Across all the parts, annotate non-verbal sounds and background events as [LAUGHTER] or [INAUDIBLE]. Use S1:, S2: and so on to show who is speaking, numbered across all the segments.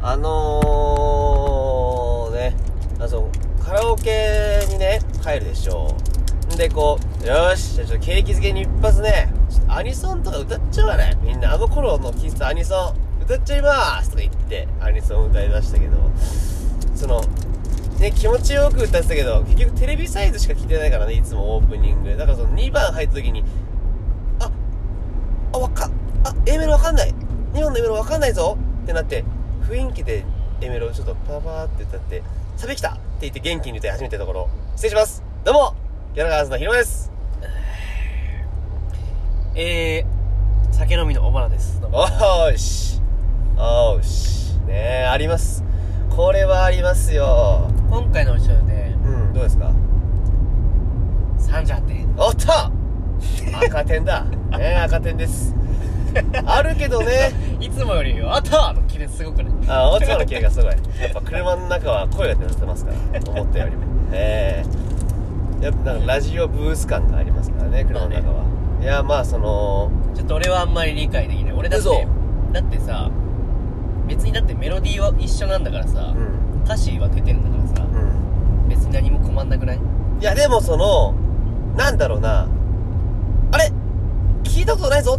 S1: あのー、ね、あそうカラオケにね、入るでしょう。んで、こう、よーし、じゃあちょっと景気づけに一発ね、ちょっとアニソンとか歌っちゃおうかね。みんなあの頃の喫茶アニソン、歌っちゃいますとか言って、アニソン歌いましたけど、その、ね、気持ちよく歌ってたけど、結局テレビサイズしか聞いてないからね、いつもオープニング。だからその2番入った時に、あ、あ、わか、あ、A メロわかんない。2番の A メロわかんないぞってなって、雰囲気で A メロをちょっとパパーって歌って、サビ来たって言って元気に歌い始めたところ、失礼します。どうも、ギャラガーズのヒロです。
S2: えー、酒飲みのおばなです。
S1: おーし。おーし。ねえ、あります。これはありますよ。
S2: 今回のお仕事で
S1: うん、どうですか
S2: 38点。
S1: おっと赤点だ。ねえ、赤点です。あるけどね。
S2: いつもより、あったのキレすごくね。
S1: あ、おつの系がすごい。やっぱ車の中は声が出てますから、思ったよりも。ええやっぱなんかラジオブース感がありますからね、車の中は。いや、まあその、
S2: ちょっと俺はあんまり理解できない。俺だって
S1: 嘘、
S2: だってさ、別にだってメロディーは一緒なんだから
S1: う
S2: さ、
S1: ん、
S2: 歌詞は出てるんだからさ、
S1: う
S2: 別に何も困んなくない
S1: ん。いや、でもその、なんだろうな、あれ聞いたことないぞ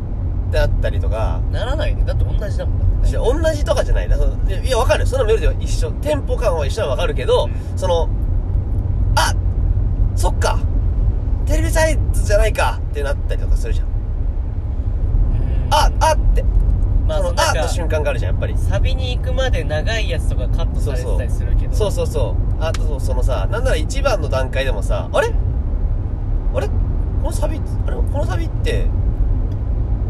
S1: ってあったりとか、
S2: ならないね。だって同じだもんだって。
S1: 同じとかじゃないな。そのいやいや、わかる。そのメロディーは一緒。テンポ感は一緒はわかるけど、
S2: う
S1: その、あそっかテレビサイズじゃないかってなったりとかするじゃん。
S2: うん
S1: あ、あって、
S2: まあ
S1: その
S2: そのな
S1: あ
S2: ん
S1: の瞬
S2: か、
S1: 間があるじゃんやっぱり
S2: サビに行くまで長いやつとかカットされてたりするけど。
S1: そうそうそうあとそのさなんなら1番の段階でもさあれあれこのサビあれこのサビって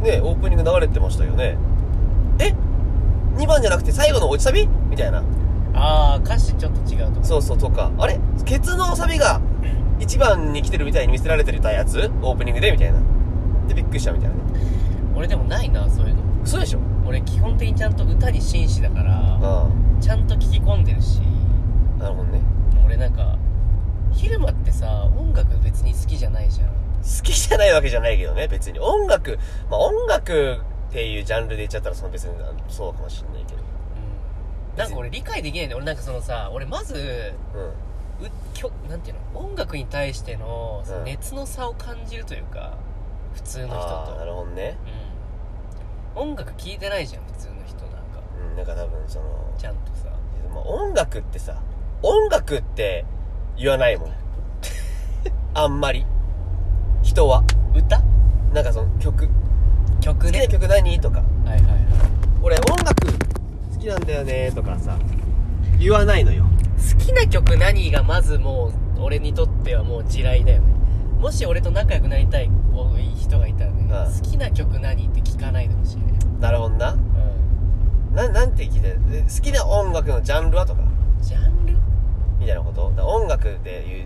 S1: ねオープニング流れてましたよねえ2番じゃなくて最後の落ちサビみたいな
S2: ああ、歌詞ちょっと違うとか。
S1: そうそうとかあれケツのサビが1番に来てるみたいに見せられてたやつオープニングでみたいなでびっくりしたみたいなね
S2: 俺でもないな、そういうの。
S1: 嘘でしょ
S2: 俺基本的にちゃんと歌に真摯だから
S1: あ
S2: ちゃんと聞き込んでるし
S1: あなるほどね
S2: 俺なんか昼間ってさ音楽別に好きじゃないじゃん
S1: 好きじゃないわけじゃないけどね、別に。音楽、まあ、音楽っていうジャンルで言っちゃったら、その別にあのそうかもしんないけど。
S2: なんか俺理解できないんだよ俺なんかそのさ俺まずう
S1: うん。
S2: きょなんていうの音楽に対してのその
S1: うん
S2: 熱の差を感じるというか普通の人
S1: ああ、な
S2: と
S1: るほどね。
S2: うん音楽聴いてないじゃん普通の人なんか
S1: うん、なんか多分、その、
S2: ちゃんとさ
S1: まあ、音楽ってさ、音楽って言わないもん。 [LAUGHS] あんまり。人は。
S2: 歌
S1: なんかその曲。好き
S2: 曲
S1: な
S2: ね
S1: 曲何とか。
S2: はいはいは
S1: 俺、音楽好きなんだよねとかさ、言わないのよ。
S2: い好きな曲何がまずもう俺にとってはもう地雷だよねもし俺と仲良くなりたい人がいたらね、
S1: うん
S2: 好きな曲何って聞かないでほしいね
S1: なるほどな。な、なんて聞いてるで好きな音楽のジャンルはとか。
S2: ジャンル
S1: みたいなことだから音楽で言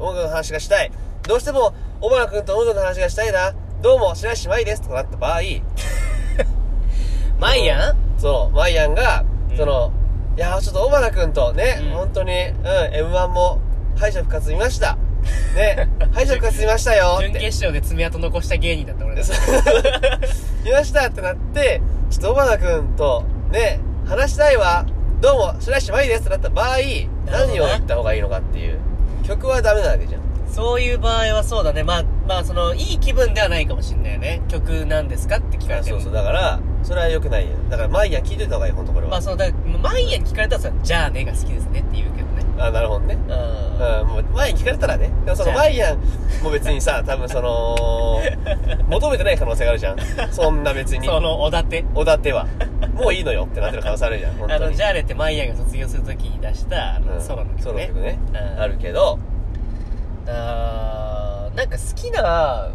S1: う、音楽の話がしたい。どうしても、小原くんと音楽の話がしたいな。どうも、白石麻衣です。とかなった場合、
S2: マイヤン
S1: そう、麻衣やんが
S2: う、ん
S1: その、いやー、ちょっと小原くんとね、
S2: うん
S1: 本当に、うん、M1 も敗者復活見ました。
S2: [LAUGHS]
S1: ね、敗者復活見ましたよっ
S2: 準決
S1: て。
S2: 勝で爪痕残した芸人だった俺だ
S1: そう [LAUGHS] 見ましたってなって、ちょっと小原くんとね、話したいわ。どうも、白石麻衣です。となった場合、
S2: なるほどね
S1: 何を言った方がいいのかっていう。曲はダメなわけじゃん。
S2: そういう場合はそうだねまあまあそのいい気分ではないかもしんないよね曲なんですかって聞かれて
S1: そ
S2: も
S1: うそうだからそれは良くないよだから毎夜聞いといた方がいい本当これは、
S2: まあそのだマイヤン聞かれたらさ「じゃあね」が好きですねって言うけどね
S1: あ、なるほどね
S2: うん
S1: うんもう前に聞かれたらねでもその
S2: じゃあ
S1: 毎夜も別に
S2: [LAUGHS]
S1: さ多分その求めてない可能性があるじゃんそんな別に
S2: そのおだて
S1: おだてはもういいのよってなってる可能性あるじゃん本当
S2: あ
S1: に
S2: の、ジャーレってマイヤーが卒業するときに出した、あの
S1: うん
S2: ソロの
S1: ソ
S2: 曲
S1: ロの
S2: ね。
S1: 曲ね
S2: うん
S1: あるけど
S2: あーなんか好きな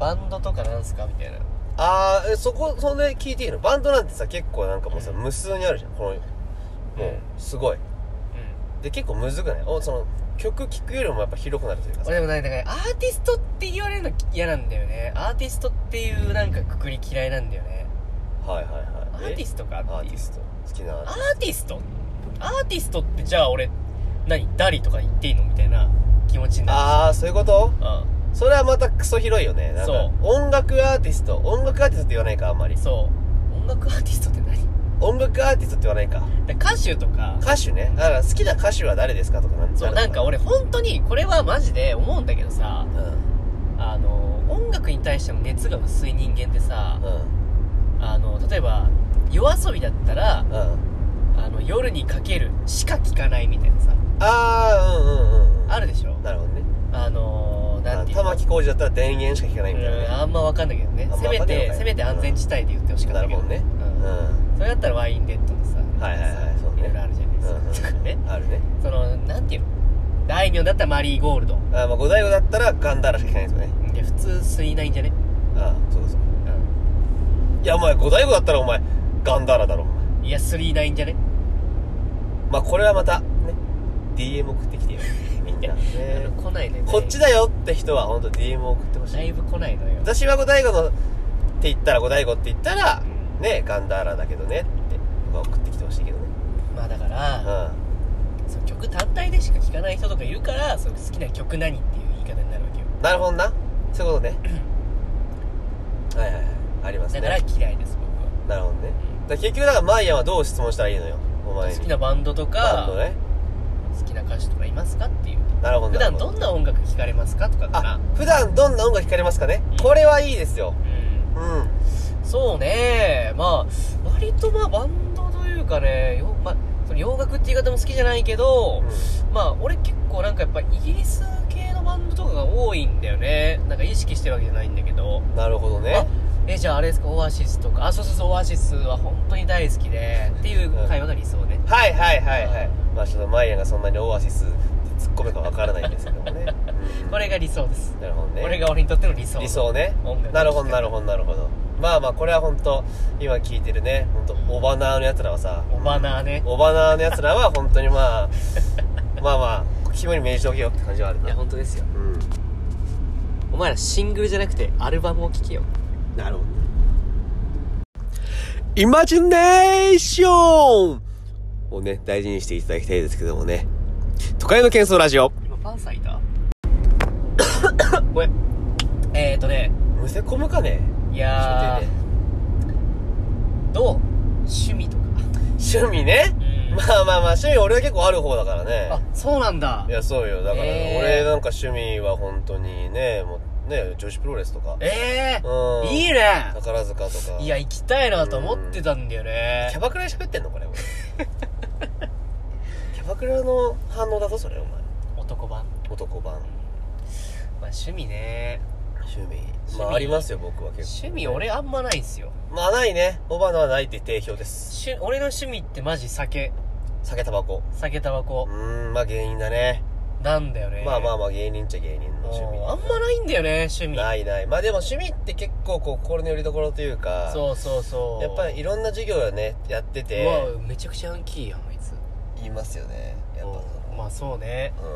S2: バンドとかなんすかみたいな。
S1: ああそこそんで聞いていいのバンドなんてさ結構なんかもうさ無数にあるじゃんこのもうすごいで結構むずくないおその曲聴くよりもやっぱ広くなるというかさ
S2: 俺でもなんかね、アーティストって言われるの嫌なんだよね。アーティストっていうなんかくくり嫌いなんだよね。
S1: はいはい
S2: ア
S1: はい
S2: ーティ
S1: ス
S2: ストか
S1: トア
S2: っ
S1: ー
S2: てい
S1: テ
S2: う
S1: ィ。スト好きなアーティスト
S2: アーティストアーティストってじゃあ俺、何ダリとか言っていいのみたいな気持ちになる。
S1: ああそういうこと
S2: う
S1: それはまたクソ広いよねなんか
S2: そう
S1: 音楽アーティスト音楽アーティストって言わないかあんまり
S2: ん。そう。音楽アーティストって何
S1: 音楽アーティストって言わないか。
S2: だから歌手とか
S1: 歌手ね。だから好きな歌手は誰ですかとかなん
S2: そうなんか、俺本当にこれはマジで思うんだけどさ
S1: うん。うん。
S2: あの音楽に対しても熱が薄い人間ってさあの例えば夜遊びだったら
S1: うん。
S2: あの夜にかけるしか聴かないみたいなさ
S1: あー、うんうんうん。
S2: あるでしょ
S1: なるほどね。
S2: あの
S1: あ
S2: なんていう
S1: 玉
S2: の
S1: 置浩二だったら電源しか聞かないみたいな
S2: うん
S1: ね。
S2: あんま分かんないけどね
S1: あん
S2: せ
S1: ま分
S2: め
S1: かんないよ
S2: て
S1: ね
S2: せめて安全地帯で言ってほしかっ
S1: な
S2: た
S1: る
S2: け
S1: ほ
S2: ど
S1: どね。
S2: うん
S1: う
S2: それだったらワインレッドのさ
S1: はいはいはいそうね
S2: ろいろあるじゃないですか、
S1: ん。
S2: [LAUGHS] ね
S1: あるね。
S2: そのなんていうの大名だったらマリーゴールド
S1: あーまあ、五大悟だったらガンダーラしか聞かないですよね。
S2: いや普通吸いないんじゃね
S1: ああ、そうそう。
S2: う
S1: いや、お前、五大悟だったらお前、ガンダーラだろ、お前。
S2: んいや吸いないんじゃね
S1: まあ、これはまた、ね、DM 送ってきてよ。みんな。ね
S2: あの来ないのよ
S1: こっちだよって人は、ほんと DM 送ってほし
S2: だ
S1: い。
S2: いぶ来ないのよ
S1: 私は五大悟の、って言ったら、五大悟って言ったら、
S2: うん
S1: ね、ガンダーラだけどねって、まあ送ってきてほしいけどね。
S2: まあだか
S1: う
S2: ら
S1: ん。
S2: その曲単体でしか聴かない人とかいるからその好きな曲何っていう言い方になるわけよ
S1: なるほどな。そういう
S2: [CLEARS THROAT]
S1: ことね。はいはいはい。あります
S2: だ
S1: ね。
S2: から嫌いです僕
S1: な
S2: は
S1: るほどね。だから結局、だから、マイヤーはどう質問したらいいのよ。お前に。
S2: 好きなバンドと
S1: バンド
S2: か
S1: ね。
S2: 好きな歌手とかいますかっていう
S1: なるほど。
S2: 普段
S1: なるほ
S2: どんな音楽聴かれますかとかか
S1: あ
S2: な、
S1: 普段どんな音楽聴かれますかね
S2: うん
S1: これはいいですよ。
S2: うん
S1: うん。
S2: そうねまあ割とまあバンドというかねよ、まあ、その洋楽って言い方も好きじゃないけど、まあ俺結構なんかやっぱイギリス系のバンドとかが多いんだよねなんか意識してるわけじゃないんだけど
S1: うんなるほどね。
S2: えじゃああれですかオアシスとかあそうそうそうオアシスは本当に大好きでっていう会話が理想ね、
S1: はいはいはいはい。まあちょっとマイヤーがそんなにオアシスって突っ込むかわからないんですけども
S2: [LAUGHS]
S1: ね。うん
S2: これが理想です、
S1: なるほどね。
S2: これが俺にとっての理想
S1: 理想ね
S2: 音楽。
S1: なるほどなるほどなるほど。まあまあこれは本当今聞いてるね、本当オバナーの奴らはさ、
S2: おバナーね
S1: オバナーの奴らは本当にま
S2: [LAUGHS]
S1: あ、まあまあ、肝に銘じておけよって感じはあるな。
S2: 本当ですよ
S1: うん。
S2: お前らシングルじゃなくてアルバムを聴けよ
S1: なるほど。イマジネーションをね、大事にしていただきたいですけどもね。都会の喧騒ラジオ。
S2: 今パンサイだごめんえーとね
S1: むせ込むかね
S2: いや
S1: ちょっ
S2: ーどう趣味とか
S1: と趣味ね。
S2: うん
S1: まあまあまあ、趣味俺は結構ある方だから
S2: あ
S1: ね。
S2: そうなんだ
S1: いや、そうよ。だから、
S2: え
S1: 俺
S2: ー
S1: なんか趣味は本当にね、もうね、女子プロレスとか。
S2: え
S1: う
S2: ー
S1: ん。
S2: いいね
S1: 宝塚とか。
S2: いや、行きたいなと思ってたんだよね
S1: キャバクラで喋ってんのこれ、
S2: [LAUGHS]
S1: 俺キャバクラの反応だぞ、それ、お前。
S2: 男版
S1: 男版。
S2: まあ趣味ね
S1: 趣味。
S2: 趣味
S1: まあ、ありますよ、僕は結構。
S2: 趣味俺あんまないんすよ
S1: まあ、ないね。オバナはないって定評です。
S2: しゅ俺の趣味ってマジ酒
S1: 酒タバコ。
S2: 酒タバ
S1: う
S2: コ
S1: ーん、まあ芸人だね。
S2: なんだよね
S1: まあまあ
S2: ま
S1: まあ芸人っちゃ芸人の趣味。
S2: あんまないんだよね趣味
S1: ないない。まあでも趣味って結構こう、心の拠り所というか、
S2: そうそうそう
S1: やっぱりいろんな授業をね、やって
S2: うわ
S1: て、
S2: めちゃくちゃヤンキーやんあいつ
S1: 言いますよね。やっぱそ
S2: うんまあそうね
S1: の、う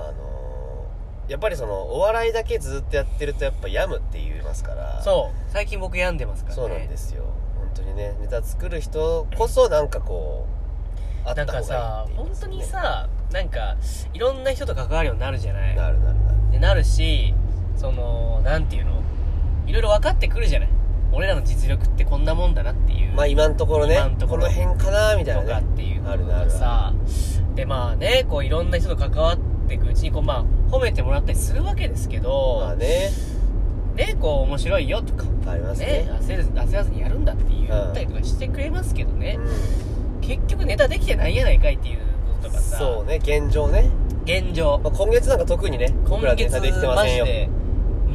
S1: ん。あのー、やっぱりその、お笑いだけずっとやってるとやっぱ病むって言いますから、
S2: そう最近僕病んでますからね
S1: そうなんですよ。本当にね、ネタ作る人こそなんかこう、あった
S2: な
S1: 方がい
S2: ん
S1: い
S2: か
S1: って言
S2: さ
S1: い
S2: 本
S1: ます
S2: 当
S1: よね
S2: にさなんかいろんな人と関わるようになるじゃない
S1: なるなるなる。
S2: でなるしそのなんていうのいろいろ分かってくるじゃない俺らの実力ってこんなもんだなっていう
S1: まあ今のところね
S2: 今んところ
S1: の辺かなみたい
S2: とか
S1: な
S2: っ
S1: ね
S2: ていう
S1: あるなある
S2: さでまあねこういろんな人と関わっていくうちにこうまあ褒めてもらったりするわけですけ
S1: まあ
S2: ど、
S1: ね
S2: ねこう面白いよとか
S1: ありますね
S2: ね焦る焦らずにやるんだって言ったりとかしてくれますけどね、結局ネタできてないやないかいっていうこと
S1: う
S2: と
S1: ん
S2: かさ
S1: そうね現状ね、
S2: 現状
S1: まあ、今月なんか特にね
S2: 今
S1: 僕らネ
S2: 月
S1: タできてま
S2: マ
S1: せん
S2: ジ
S1: よ
S2: で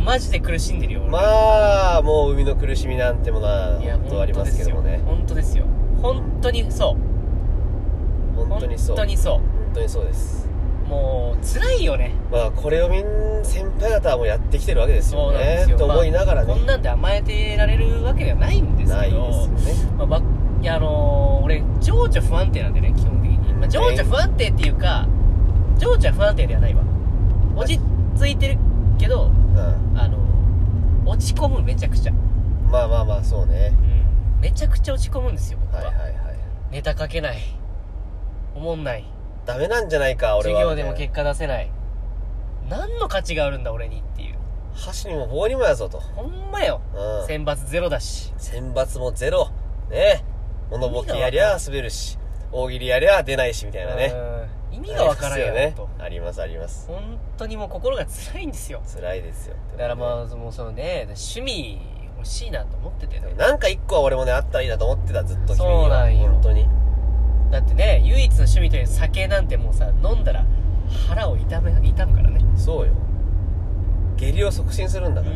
S2: マジで苦しんでるよ俺
S1: まあもう海の苦しみなんてものはい
S2: や
S1: 本当ありますけどもね
S2: 本当ですよ本当にそう
S1: 本当にそう
S2: 本当にそ
S1: 本当にそうです
S2: うもう辛いよね
S1: まあこれをみん先輩方はもうやってきてるわけです
S2: そ
S1: よ
S2: うなんで
S1: ね
S2: すよ
S1: と思いながらね、
S2: まあこんなんで甘えてられるわけではないんです
S1: な
S2: け
S1: いですよ
S2: ど
S1: ね
S2: まあばいやあのー俺情緒不安定なんでね基本的に、まあ、情緒不安定っていうか情緒は不安定ではないわ落ち着いてるけどあのー落ち込むめちゃくちゃ、
S1: うんまあまあまあそうね
S2: うん、めちゃくちゃ落ち込むんですよ僕
S1: はい
S2: は、
S1: はいはい
S2: ネタ書けない思んない
S1: ダメなんじゃないか俺
S2: 授
S1: は
S2: 業でも
S1: み
S2: 結果出せない何の価値があるんだ俺にってい
S1: たい
S2: う
S1: な箸にも棒にもやぞと
S2: ほんまよ
S1: うん
S2: 選抜ゼロだし
S1: 選抜もゼロね物ボケやりゃ滑るし、大喜利やりゃ出ないし、みたいなね。
S2: うん意味がわからんよ
S1: あります
S2: ね
S1: よね。ありますあります。
S2: 本当にもう心が辛いんですよ
S1: 辛いですよ。
S2: だからまあもうそのね趣味欲しいなと思っててね
S1: なんか一個は俺もね、あったらいいなと思ってた、ずっと君には。
S2: そうなんよ
S1: 本当に。
S2: だってね唯一の趣味という酒なんてもうさ飲んだら腹を痛め痛むからね
S1: そうよ。下痢を促進するんだから。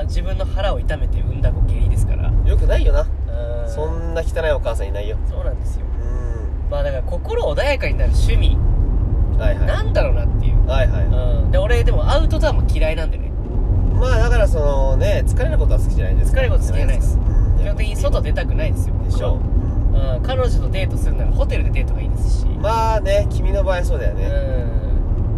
S2: は自分の腹を痛めて産んだ子下痢ですから
S1: よくないよな。
S2: うん
S1: そんな汚いお母さんいないよ。
S2: そうなんですよ
S1: うん。
S2: まあだから心穏やかになる趣味
S1: はいはい。
S2: なんだろうなっていう、
S1: はいは
S2: うん、で俺でもアウトドアも嫌いなんでね
S1: い。まあだからそのね、疲れることは好きじゃないですか。
S2: 疲れること好きじゃないです
S1: うん
S2: 基本的に外出たくないですよ
S1: でしょう。
S2: 僕はうん、彼女とデートするならホテルでデートがいいですし、
S1: まあね、君の場合そうだよね。
S2: う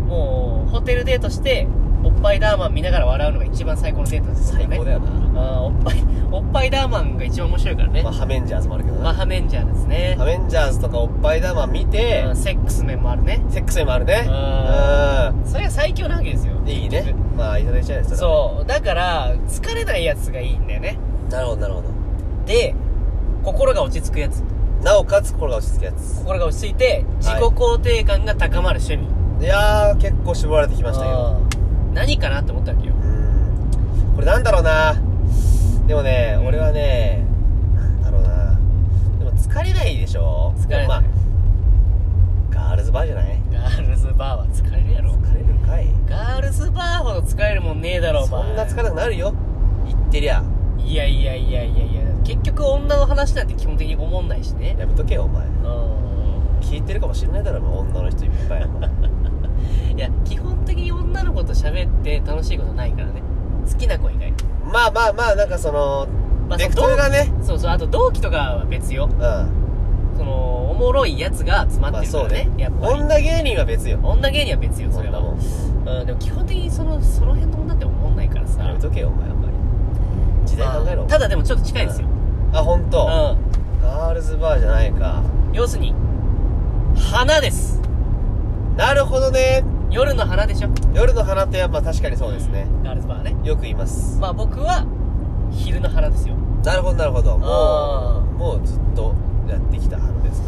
S2: んもうホテルデートしておっぱいダーマン見ながら笑うのが一番最高のデートです
S1: 最高だ
S2: よ
S1: よな。
S2: あおっぱいおっぱいダーマンが一番面白いからね、
S1: まあハメンジャーズもあるけど
S2: マ
S1: な。
S2: ハメンジャーですね
S1: ハメンジャーズとかおっぱい玉見て
S2: う、んセックス面もあるね
S1: セックスにもあるね。
S2: う
S1: う
S2: それが最強なわけですよ
S1: ん。いいね。まあ、いただいちゃうよ、それは
S2: そうだから疲れないやつがいいんだよね
S1: なるほど、なるほど。
S2: で心が落ち着くやつ
S1: なおかつ心が落ち着くやつ。
S2: 心が落ち着いて自己肯定感が高まる趣味、
S1: いやー、結構絞られてきましたけど。
S2: うん何かなって思ったわけよ
S1: うん。これなんだろうな。でもね、俺はね、なんだろうな。でも疲れないでしょ
S2: 疲れ
S1: でもまあ
S2: ない、
S1: ガールズバーじゃない
S2: ガールズバーは疲れるやろ
S1: 疲れるんかい。
S2: ガールズバーほど疲れるもんねえだろお
S1: そ
S2: 前
S1: んな疲れなくなるよ。言ってりゃ。
S2: いやいやいやいやいや結局女の話なんて基本的に思んないしね
S1: やめとけよ、お前。
S2: う
S1: 聞いてるかもしれないだろ、もう女の人いっ
S2: [LAUGHS]
S1: ぱい。お前
S2: んいや基本的に女の子と喋って楽しいことないからね好きな子以外
S1: まあまあまあ、なんかその、
S2: まあ
S1: ベクトルがね、
S2: そうそうあと同期とかは別よ
S1: うん。
S2: そのおもろいやつが詰ま
S1: ま
S2: っ
S1: あ
S2: てるか
S1: そう
S2: らね
S1: ね、。
S2: やっぱり
S1: 女芸人は別よ。
S2: 女芸人は別よそ
S1: そ
S2: れ
S1: んな
S2: は
S1: もん。
S2: うん、でも基本的にそのその辺の女って思んないからさ
S1: やめとけよ、お前、あんまり。時代考えろ。
S2: まあただでもちょっと近いですよ、
S1: あ、ほんと。
S2: う
S1: ガールズバーじゃないか。
S2: ん、要するに花です
S1: なるほどね。
S2: 夜の花でしょ
S1: 夜の花ってやっぱ確かにそうですね。
S2: ガールズバーね
S1: よく言います。
S2: まあ僕は昼の花ですよ
S1: なるほど、なるほど。も
S2: あ
S1: う、もうずっとやってきた花です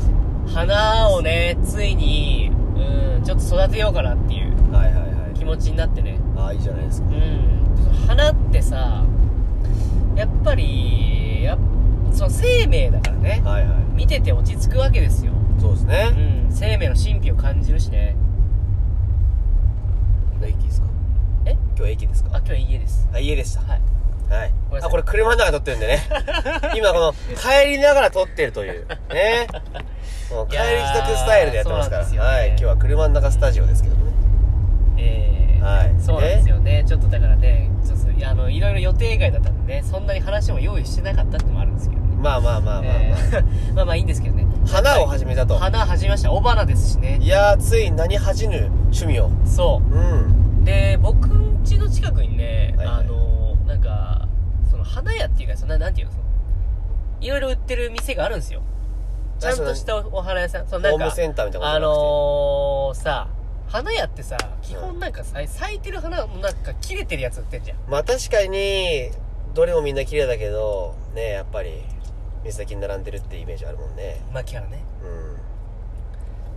S2: 花をねついにうんちょっと育てようかなっていう
S1: か。はいはいはい。
S2: 気持ちになってね
S1: ああ、いいじゃないですか。
S2: うん花ってさやっぱりやっその生命だからね
S1: はいはい。
S2: 見てて落ち着くわけですよ
S1: そうです
S2: う
S1: ね。
S2: ん生命の神秘を感じるしね
S1: 駅ですか
S2: え
S1: 今日駅です
S2: あ
S1: か
S2: 今日家です
S1: あ、家でした。
S2: はい
S1: はい
S2: ごめん。なさ
S1: あ、
S2: い
S1: これ車の中で撮ってるんでね。
S2: [LAUGHS]
S1: 今この、帰りながら撮ってるという。ね。もう帰り帰宅スタイルでやってますから。
S2: いやーそうなんですよね
S1: はい。今日は車の中スタジオですけどもね。
S2: えー
S1: はい
S2: そうなんですよねちょっとだからねちょっといやあのいろいろ予定外だったんでねそんなに話も用意してなかったってのもあるんですけどね
S1: まあまあまあまあま
S2: え
S1: あ。
S2: ー [LAUGHS] まあまあいいんですけどね
S1: 花を始めたと。
S2: 花始めました雄花ですしね
S1: いやー、つい何恥じぬ趣味を。
S2: そ
S1: うん。
S2: うで僕ん家の近くにね、
S1: はいはい
S2: あのなんかその花屋っていうかそのななんていうのそのいろいろ売ってる店があるんですよちゃんとしたお花屋さんそのな
S1: ホ
S2: ん
S1: ーム
S2: か
S1: センターみたいなこと
S2: あのー、さ花屋ってさ基本なんかさ咲いてる花もなんか切れてるやつ売ってんじゃん
S1: まあ確かに、どれもみんな綺麗だけど、ねやっぱり、水先に並んでるってイメージあるもんね。
S2: 牧原ね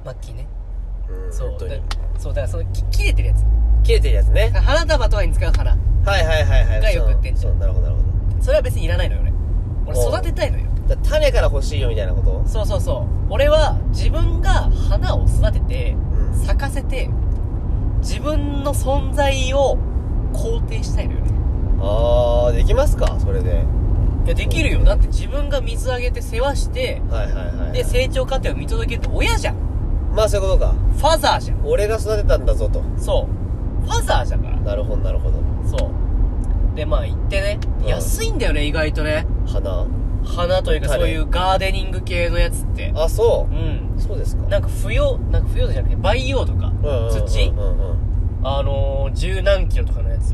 S2: 牧ね
S1: うん。うん、
S2: そ
S1: 本
S2: う
S1: 当
S2: だ
S1: に。
S2: そうだからそのき切れてるやつ
S1: 切れてるやつね。
S2: 花束とかに使う花
S1: はいはいはいはい。
S2: がよく売ってんじ
S1: そ
S2: ゃん
S1: う、そうなるほどなるほ
S2: それは別にいらないのよ俺
S1: おう
S2: 俺育てたいのよ
S1: ど。だから種から欲しいよみたいなこと
S2: そうそうそう俺は自分が花を育てて
S1: うん
S2: 咲かせて自分の存在を肯定したいのよね
S1: あー、できますかそれで。
S2: いやできるよだって自分が水あげて世話して
S1: はいはいはいはい。
S2: で成長過程を見届けるって親じゃん
S1: まあそういうことか。
S2: ファザーじゃん
S1: 俺が育てたんだぞと。
S2: そうファザーじゃんから
S1: なるほどなるほど。
S2: そうでまあ行ってね
S1: うん
S2: 安いんだよね意外とね
S1: 花
S2: 花というか
S1: はい
S2: そういうガーデニング系のやつって
S1: あ、そうう。
S2: ん
S1: そうですか。
S2: なんか不要なんか不要じゃなくて培養とか
S1: うんうんうんうん
S2: 土
S1: うんうん。
S2: あのー、十何キロとかのやつ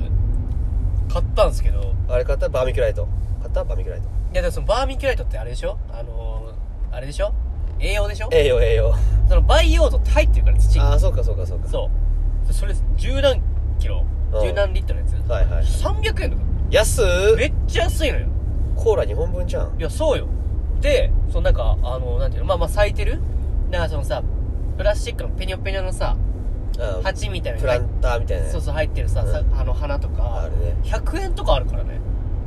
S2: 買ったんですけど
S1: あれ買ったバーミキュライト。買ったバーミキュライト。
S2: いやでもそのバーミキュライトってあれでしょあのー、あれでしょ栄養でしょ
S1: 栄養栄養。
S2: その培養土って入ってるから土に
S1: ああ、そうかそうかそうか。
S2: そうそれ十何キロ
S1: うん
S2: 十何リットルのやつ
S1: はいはい。
S2: 300円とか
S1: 安っ
S2: めっちゃ安いのよ
S1: コーラ2本分じゃん。
S2: いやそうよで、そのなんか、あの、なんていうの、まあまあ咲いてるなんかそのさ、プラスチックのペニョペニョのさ、
S1: うん
S2: 鉢みたいな
S1: プ
S2: のが
S1: ラ
S2: 入っ
S1: ンターみたいなね
S2: そうそう入ってるさ、さ
S1: う
S2: あの花と
S1: あ
S2: か
S1: る、ね
S2: 100円とかあるからね。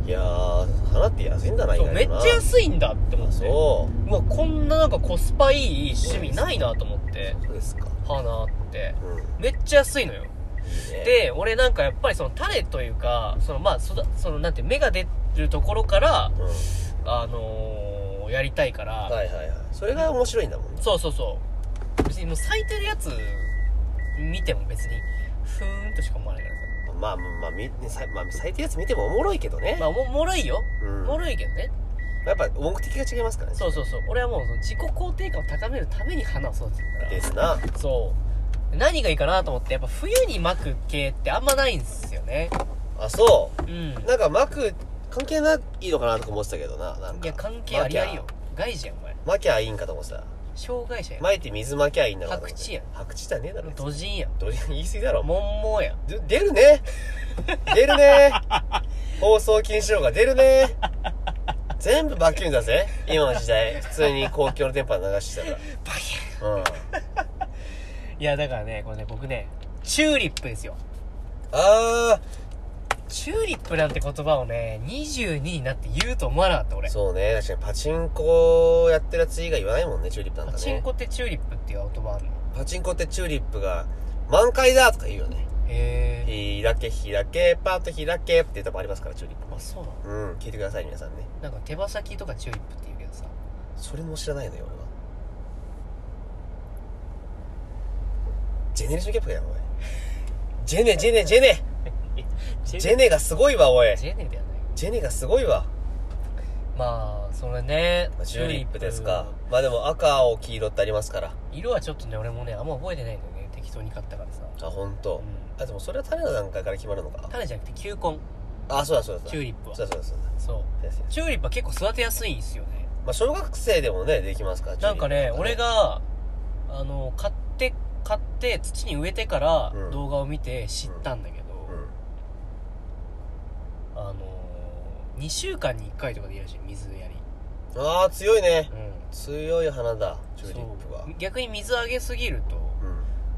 S1: いやー花って安いんだな意
S2: そう
S1: 外
S2: めっ
S1: とな
S2: ちゃ安いんだって思
S1: あ
S2: って。
S1: そう
S2: わ、こんななんかコスパいい趣味ないなと思って、
S1: うそうですか
S2: 花って。
S1: うんい
S2: めっちゃ安いのよ。
S1: いね
S2: で、俺なんかやっぱりその種というか、そのまあ、そだそのなんていう、芽が出るところから、
S1: うん
S2: あのー、やりたいから、
S1: はいはいはいそれが面白いんだもんね
S2: そうそうそう。別にもう咲いてるやつ見ても別に、ふーんとしか思わないからさ。
S1: まあまあまあみさまあ咲いてるやつ見てもおもろいけどね
S2: まあ、おももろいよ。
S1: うん
S2: おもろいけどね。
S1: やっぱ目的が違いますからね
S2: そうそうそう。俺はもうその自己肯定感を高めるために花を育ててるか
S1: ですな
S2: ら。そう。何がいいかなと思って、やっぱ冬に巻く系ってあんまないんですよね。
S1: あそ
S2: うん。
S1: うなんか膜関係ないのかなとか思ってたけどななんか
S2: いや、関係ありありよ。害じやん、お前。
S1: 巻きゃいいんかと思ってた
S2: 障害者やん。
S1: 巻いて水巻きゃいいんだから
S2: 白痴やん
S1: 白痴じゃねえだろ
S2: ドジンやん。
S1: どれ言い過ぎだろ
S2: モンモーやん。
S1: で出るね出る
S2: [LAUGHS]
S1: ね放送禁止用が出るね全部バッキュンだぜ今の時代普通に公共の電波流して
S2: バキ
S1: たらうん
S2: ンいや、だからね、これね、僕ね、チューリップですよ。
S1: あ
S2: チューリップなんて言葉をね、22になって言うと思わなかった、
S1: あ
S2: 俺。
S1: そうね確かにパチンコやってるやつ以外言わないもんねチューリップなん
S2: パ
S1: かね
S2: チンコってチューリップっていう言葉あるの
S1: パチンコってチューリップが満開だとか言うよね
S2: へえ。
S1: 開け開けパッと開けっていうとこありますからチューリップ
S2: あ、そうなの
S1: うん聞いてください皆さんね
S2: なんか手羽先とかチューリップって言うけどさ。
S1: それも知らないのよ俺はジェネレーションギャップやんおいジェネジェネジェネ
S2: ジ
S1: ジェネがすごいわおい
S2: ジェネではない。
S1: ジェネがすごいわ
S2: まあ、それね
S1: まあ。チューリップですかまあでも赤青黄色ってありますから
S2: 色はちょっとね、俺もね、あんま覚えてないんだよね。適当に買ったからさ。
S1: あ本
S2: う
S1: 当。
S2: ん。
S1: あでもそれは種の段階から決まるのか
S2: 種じゃなくて球根、
S1: あそうだそうだ
S2: チ
S1: そ
S2: ュ
S1: う
S2: ーリップ
S1: だ
S2: は
S1: そ。うだそうだ
S2: そう。
S1: そうだ
S2: チューリップは結構育てやすいんですよね。
S1: まあ小学生でもねできますから
S2: なんかね、俺
S1: が
S2: が、あの、買って、買って、土に植えてから
S1: うん
S2: 動画を見て知ったんだけど、
S1: う
S2: あのー、2週間に1回とかでいいらしい、水や
S1: ん
S2: り。
S1: ああ強いね
S2: うん。
S1: 強い花だチューリップは
S2: そう。逆に水あげすぎると、
S1: うん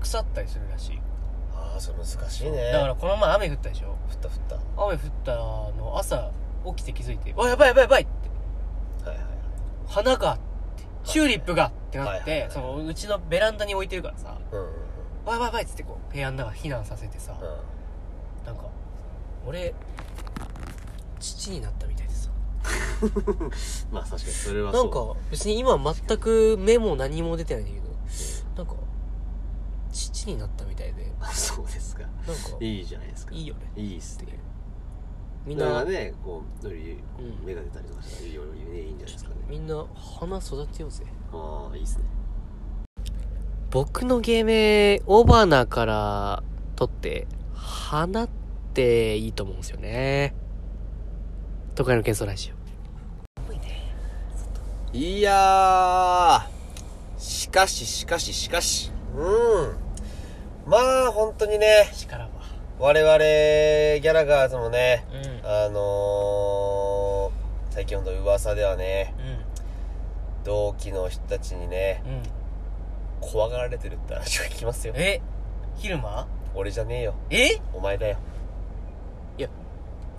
S2: 腐ったりするらしい。
S1: ああそれ難しいね
S2: だからこの前雨降ったでしょ
S1: 振った振った
S2: 雨降ったの朝起きて気づいて、わ、やばいやばいやばいって、
S1: はいはいはい
S2: 花が、ってチューリップがってなっ
S1: はいはい
S2: て
S1: は、い
S2: その、うちのベランダに置いてるからさ、
S1: うんうん
S2: わ、やばいやばいっつってこう、部屋の中避難させてさ、
S1: うん
S2: なんか俺父になったみたいでさ
S1: まあ確かにそれは
S2: なんか別に今全く目も何も出てないんだけどなんか父になったみたいでなんか
S1: そうですかいいじゃないですか
S2: いいよね
S1: いいっすねみ
S2: みん
S1: んなが
S2: な、
S1: ねこうより
S2: うん
S1: 目が出たりとかしたらよりねいいんじゃないですかね
S2: みんな花育てようぜ
S1: ああいいっすね
S2: 僕の芸名オバナから取って花っていいと思うんですよね都会の喧騒ラジオ
S1: いやーしかししかししかしうんまあ本当にね
S2: 力は
S1: 我々ギャラガーズもね
S2: うんうん
S1: あのー、最近ほんと噂ではね同期の人たちにね
S2: うん
S1: 怖がられてるって話が聞きますよ
S2: え昼間
S1: 俺じゃねえよ
S2: え
S1: お前だよ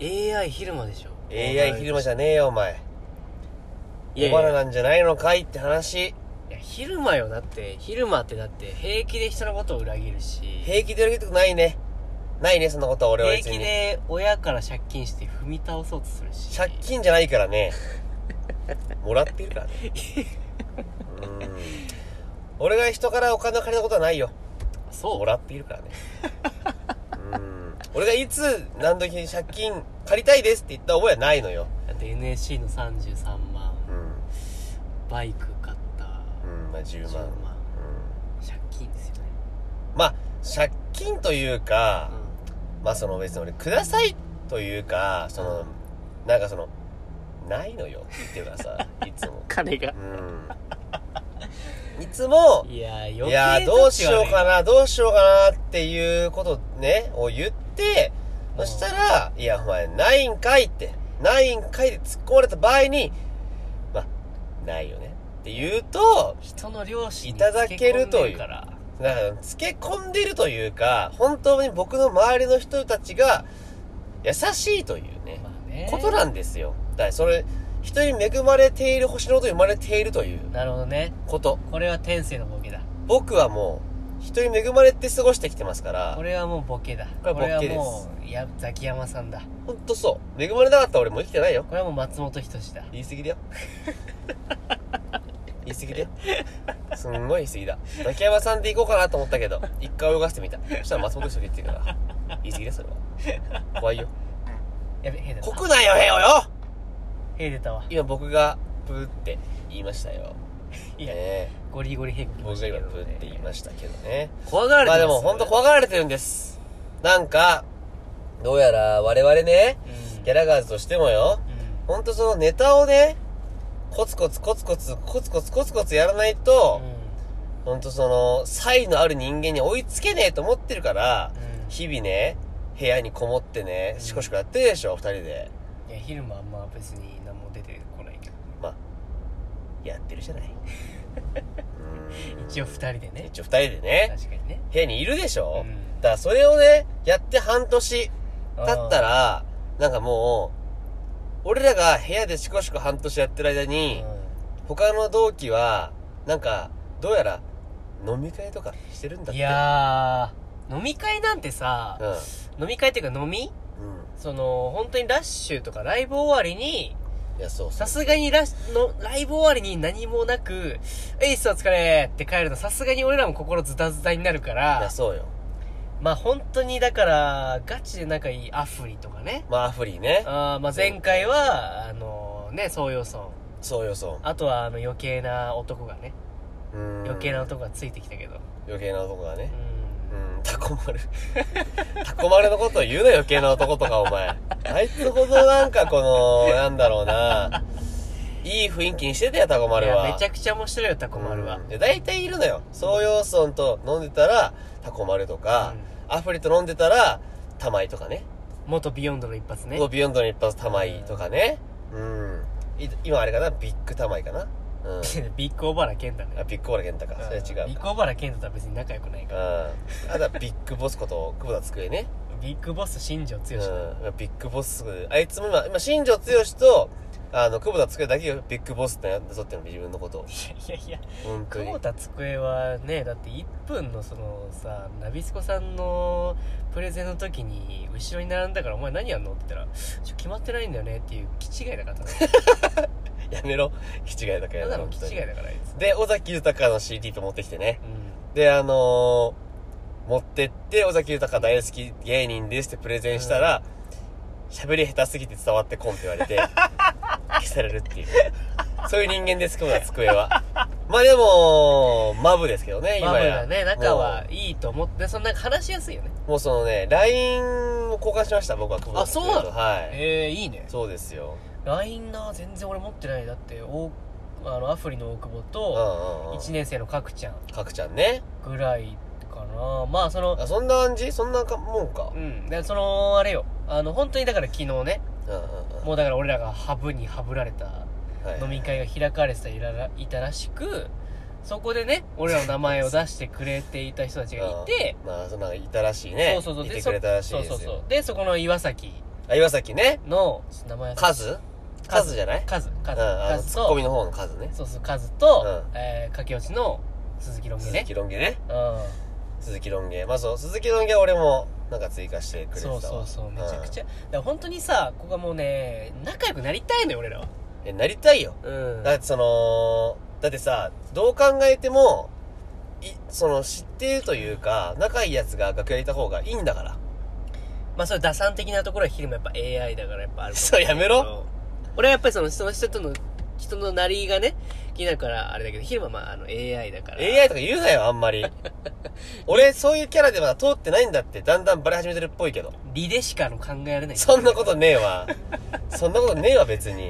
S2: AI 昼間でしょ
S1: AI 昼間じゃねえよお前
S2: いやい
S1: 小腹
S2: や
S1: なんじゃないのかいって話
S2: いや昼間よだって昼間ってだって平気で人のことを裏切るし
S1: 平気でやることないねないねそんなことは俺は
S2: 平
S1: 別
S2: 気
S1: に
S2: で親から借金して踏み倒そうとするし
S1: 借金じゃないからねもらってるからねうん俺が人からお金を借りたことはないよ
S2: そう
S1: もらっているからねうん俺がいつ何時に借金借りたいですって言った覚えはないのよ
S2: だって NSC の33万
S1: うん
S2: バイク買った
S1: うんまあ10万
S2: 10万
S1: う
S2: 借金ですよね
S1: んまあ借金というか、まあその別に俺くださいというかそのなんかそのないのよっていうかさいつも
S2: 金が
S1: うんいつも
S2: いや余計
S1: いやーどうしようかなどうしようかなっていうことねを言ってそしたら「いやお前ないんかい」って「ないんかい」で突っ込まれた場合にまあないよね。って言うと、
S2: 人の両親に
S1: いただけるという
S2: つ込んでから
S1: だから、つけ込んでるというか、本当に僕の周りの人たちが、優しいというね、
S2: まあね
S1: ことなんですよ。だから、それ、人に恵まれている、星の音に生まれているという
S2: なるほどね
S1: こと。
S2: これは天性のボケだ
S1: 僕はもう、人に恵まれて過ごしてきてますから
S2: こ、れはもうボケだ
S1: これはボケです
S2: これはもうやザキヤマさんだ
S1: ほんとそう。恵まれなかったら俺もう生きてないよ。
S2: これはもう松本人志だ
S1: 言い過ぎ [LAUGHS] だよ言い過ぎだよすんごい言い過ぎだザキヤマさんで行こうかなと思ったけど一回泳がせてみたそしたら松本人志が言ってるから言い過ぎだよそれは怖いよ
S2: やべへ出た
S1: こくないよヘオよ
S2: へ出たわ
S1: 今僕がプーって言いましたよ
S2: いや
S1: ね
S2: ゴリゴリへ
S1: 僕が今プーって言いましたけどね
S2: 怖がられて
S1: まあでも
S2: す
S1: 本当怖がられてるんですなんかどうやら我々ね
S2: うん
S1: ギャラガーズとしてもよ
S2: う
S1: ほんとそのネタをね、コツコツコツコツ、コツコツコツコツやらないと
S2: ん、
S1: ほんとその、才のある人間に追いつけねえと思ってるから、
S2: うん
S1: 日々ね、部屋にこもってね
S2: う、ん
S1: シコシコやってるでしょ、二人で。
S2: いや昼間あんま別に何も出てこないけど
S1: まあ、やってるじゃない。 [LAUGHS] うーん
S2: 一応二人でね
S1: 一応二人でね、
S2: 確かにね
S1: 部屋にいるでし
S2: う
S1: ょ、
S2: ん
S1: だからそれをね、やって半年経った
S2: ら
S1: ら、なんかもう、俺らが部屋でシコシコ半年やってる間に、他の同期は、なんか、どうやら、飲み会とかしてるんだって。
S2: いやー飲み会なんてさ
S1: うん。
S2: 飲み会っていうか飲
S1: う
S2: み
S1: ん。
S2: その本当にラッシュとかライブ終わりに
S1: いや、そうそう
S2: さ。すがにラッのライブ終わりに何もなく「エイスお疲れ!」って帰るとさすがに俺らも心ズタズタになるか
S1: いや、
S2: ら
S1: そうよ。
S2: まあ本当にだからガチで仲いいアフリとかね
S1: まあ、アフリーね。
S2: あーまあ前回はあのね創陽村
S1: そうよ、そ
S2: あとはあの余計な男がね
S1: う。うん。
S2: 余計な。男がついてきたけど
S1: 余計な男が
S2: う
S1: ね。うんん、タコ丸。 [LAUGHS] タコ丸のことを言うな、余計な男とか、お前。あいつほどなんか、この、なんだろうな。いい雰囲気にしてたよ、タコ
S2: い
S1: 丸は。
S2: やめちゃくちゃ面白いよタコ丸は
S1: うん。で、大体いるのよ。ソヨソンと飲んでたら、タコ丸とか、アフリと飲んでたら、タマイとかね。
S2: 元ビヨンドの一発ね
S1: そうビヨンドの一発玉井とかね。うん。い今あれかなビッグ玉井かなうん。
S2: [LAUGHS] ビッグオバラケンだね
S1: あ、ビッグオーランタか。それは違うか。う
S2: ビ
S1: ん
S2: ッグオバラケンタとは別に仲良くないから。
S1: あとはビッグボスこと、久保田机ね。
S2: ビッグボス新庄剛
S1: うん
S2: 志だ。。
S1: ビッグボス、あいつも今、今、新庄剛志と、あの、久保田机だけがビッグボスってやつってるの、自分のことを。
S2: いやいや
S1: 本当
S2: 久
S1: に
S2: 保。田机はねだって1分のそのさナビスコさんのプレゼンの時に後ろに並んだから「お前何やんの?」って言ったら「ちょ決まってないんだよね」っていう気違いだからね
S1: やめろ。気違いだからやめ
S2: ただ
S1: ろ
S2: の。気違い
S1: 本
S2: だからあい
S1: 当
S2: つ
S1: にで、尾崎豊の CD と持ってきてね。
S2: うん
S1: で、あのー持ってって、尾崎豊大好き芸人ですってプレゼンしたら、喋、り下手すぎて伝わってこんって言われ
S2: [LAUGHS]
S1: て、消されるっていう。そういう人間です、この机は。まあでも、マブですけどね、
S2: ま
S1: 今
S2: あま
S1: や。
S2: あね仲はいいと思ってそんな話しやすいよね
S1: もう。もうそのね、LINE を交換しました、僕は久保田
S2: あそう
S1: 机
S2: な
S1: と
S2: の
S1: はい。
S2: ええいいね
S1: そうですよ。
S2: LINE な全然俺持ってないだっておあのアフリの大久保
S1: うんう
S2: と
S1: んうん。
S2: 1年生の角ちゃん
S1: かくちゃんね。
S2: ぐらいかなまあその
S1: あ、そんな感じそんなかもんか
S2: う。んでそのあれよあの本当にだから昨日ね
S1: うんうんうん。
S2: もうだから俺らがハブにハブられた
S1: はい
S2: 飲み会が開かれてたいらいたらしくそこでね俺らの名前を出してくれていた人たちがいて、
S1: [LAUGHS] うんまあ、そんなんかいたらしいね。
S2: そうそうそう
S1: い
S2: で
S1: て
S2: そ
S1: くれたらしい
S2: そう
S1: です
S2: そ
S1: よ。
S2: うそうでそこの岩崎
S1: あ、岩崎ね。
S2: の名前
S1: カズカズじゃない
S2: カズカ
S1: う
S2: ズ
S1: ん、あ
S2: カ
S1: の、
S2: ズ
S1: ツッコ
S2: と
S1: ミの方のカズね。
S2: そうそうカズと、
S1: うん
S2: えー駆け落ちの鈴木ロン毛
S1: 鈴
S2: ね
S1: 木ロン毛ね。
S2: うん
S1: 鈴木ロン毛。まあそう、鈴木ロン毛は俺も、なんか追加してくれてた
S2: そ
S1: わ。
S2: うそうそうめちゃくち
S1: ゃ。
S2: ゃ、だから本当にさここがもうね仲良くなりたいのよ俺らは
S1: え、なりたいよ。
S2: うん
S1: だってその、だってさ、どう考えても、い、その、知っているというか、仲いい奴が楽屋にいた方がいいんだから。 [LAUGHS]
S2: まあそれ打算的なところは昼もやっぱ AI だからやっぱある
S1: そう、やめろ。
S2: 俺はやっぱりそのその人との人のなりがね気になるからあれだけど昼間まああの AI だから
S1: AI とか言うなよ、あんま
S2: [LAUGHS]
S1: り。俺、そういうキャラでまだ通ってないんだって、だんだんバレ始めてるっぽいけど。
S2: リでしかの考えられない
S1: そんなことねえわ。そんなことねえわ、別に。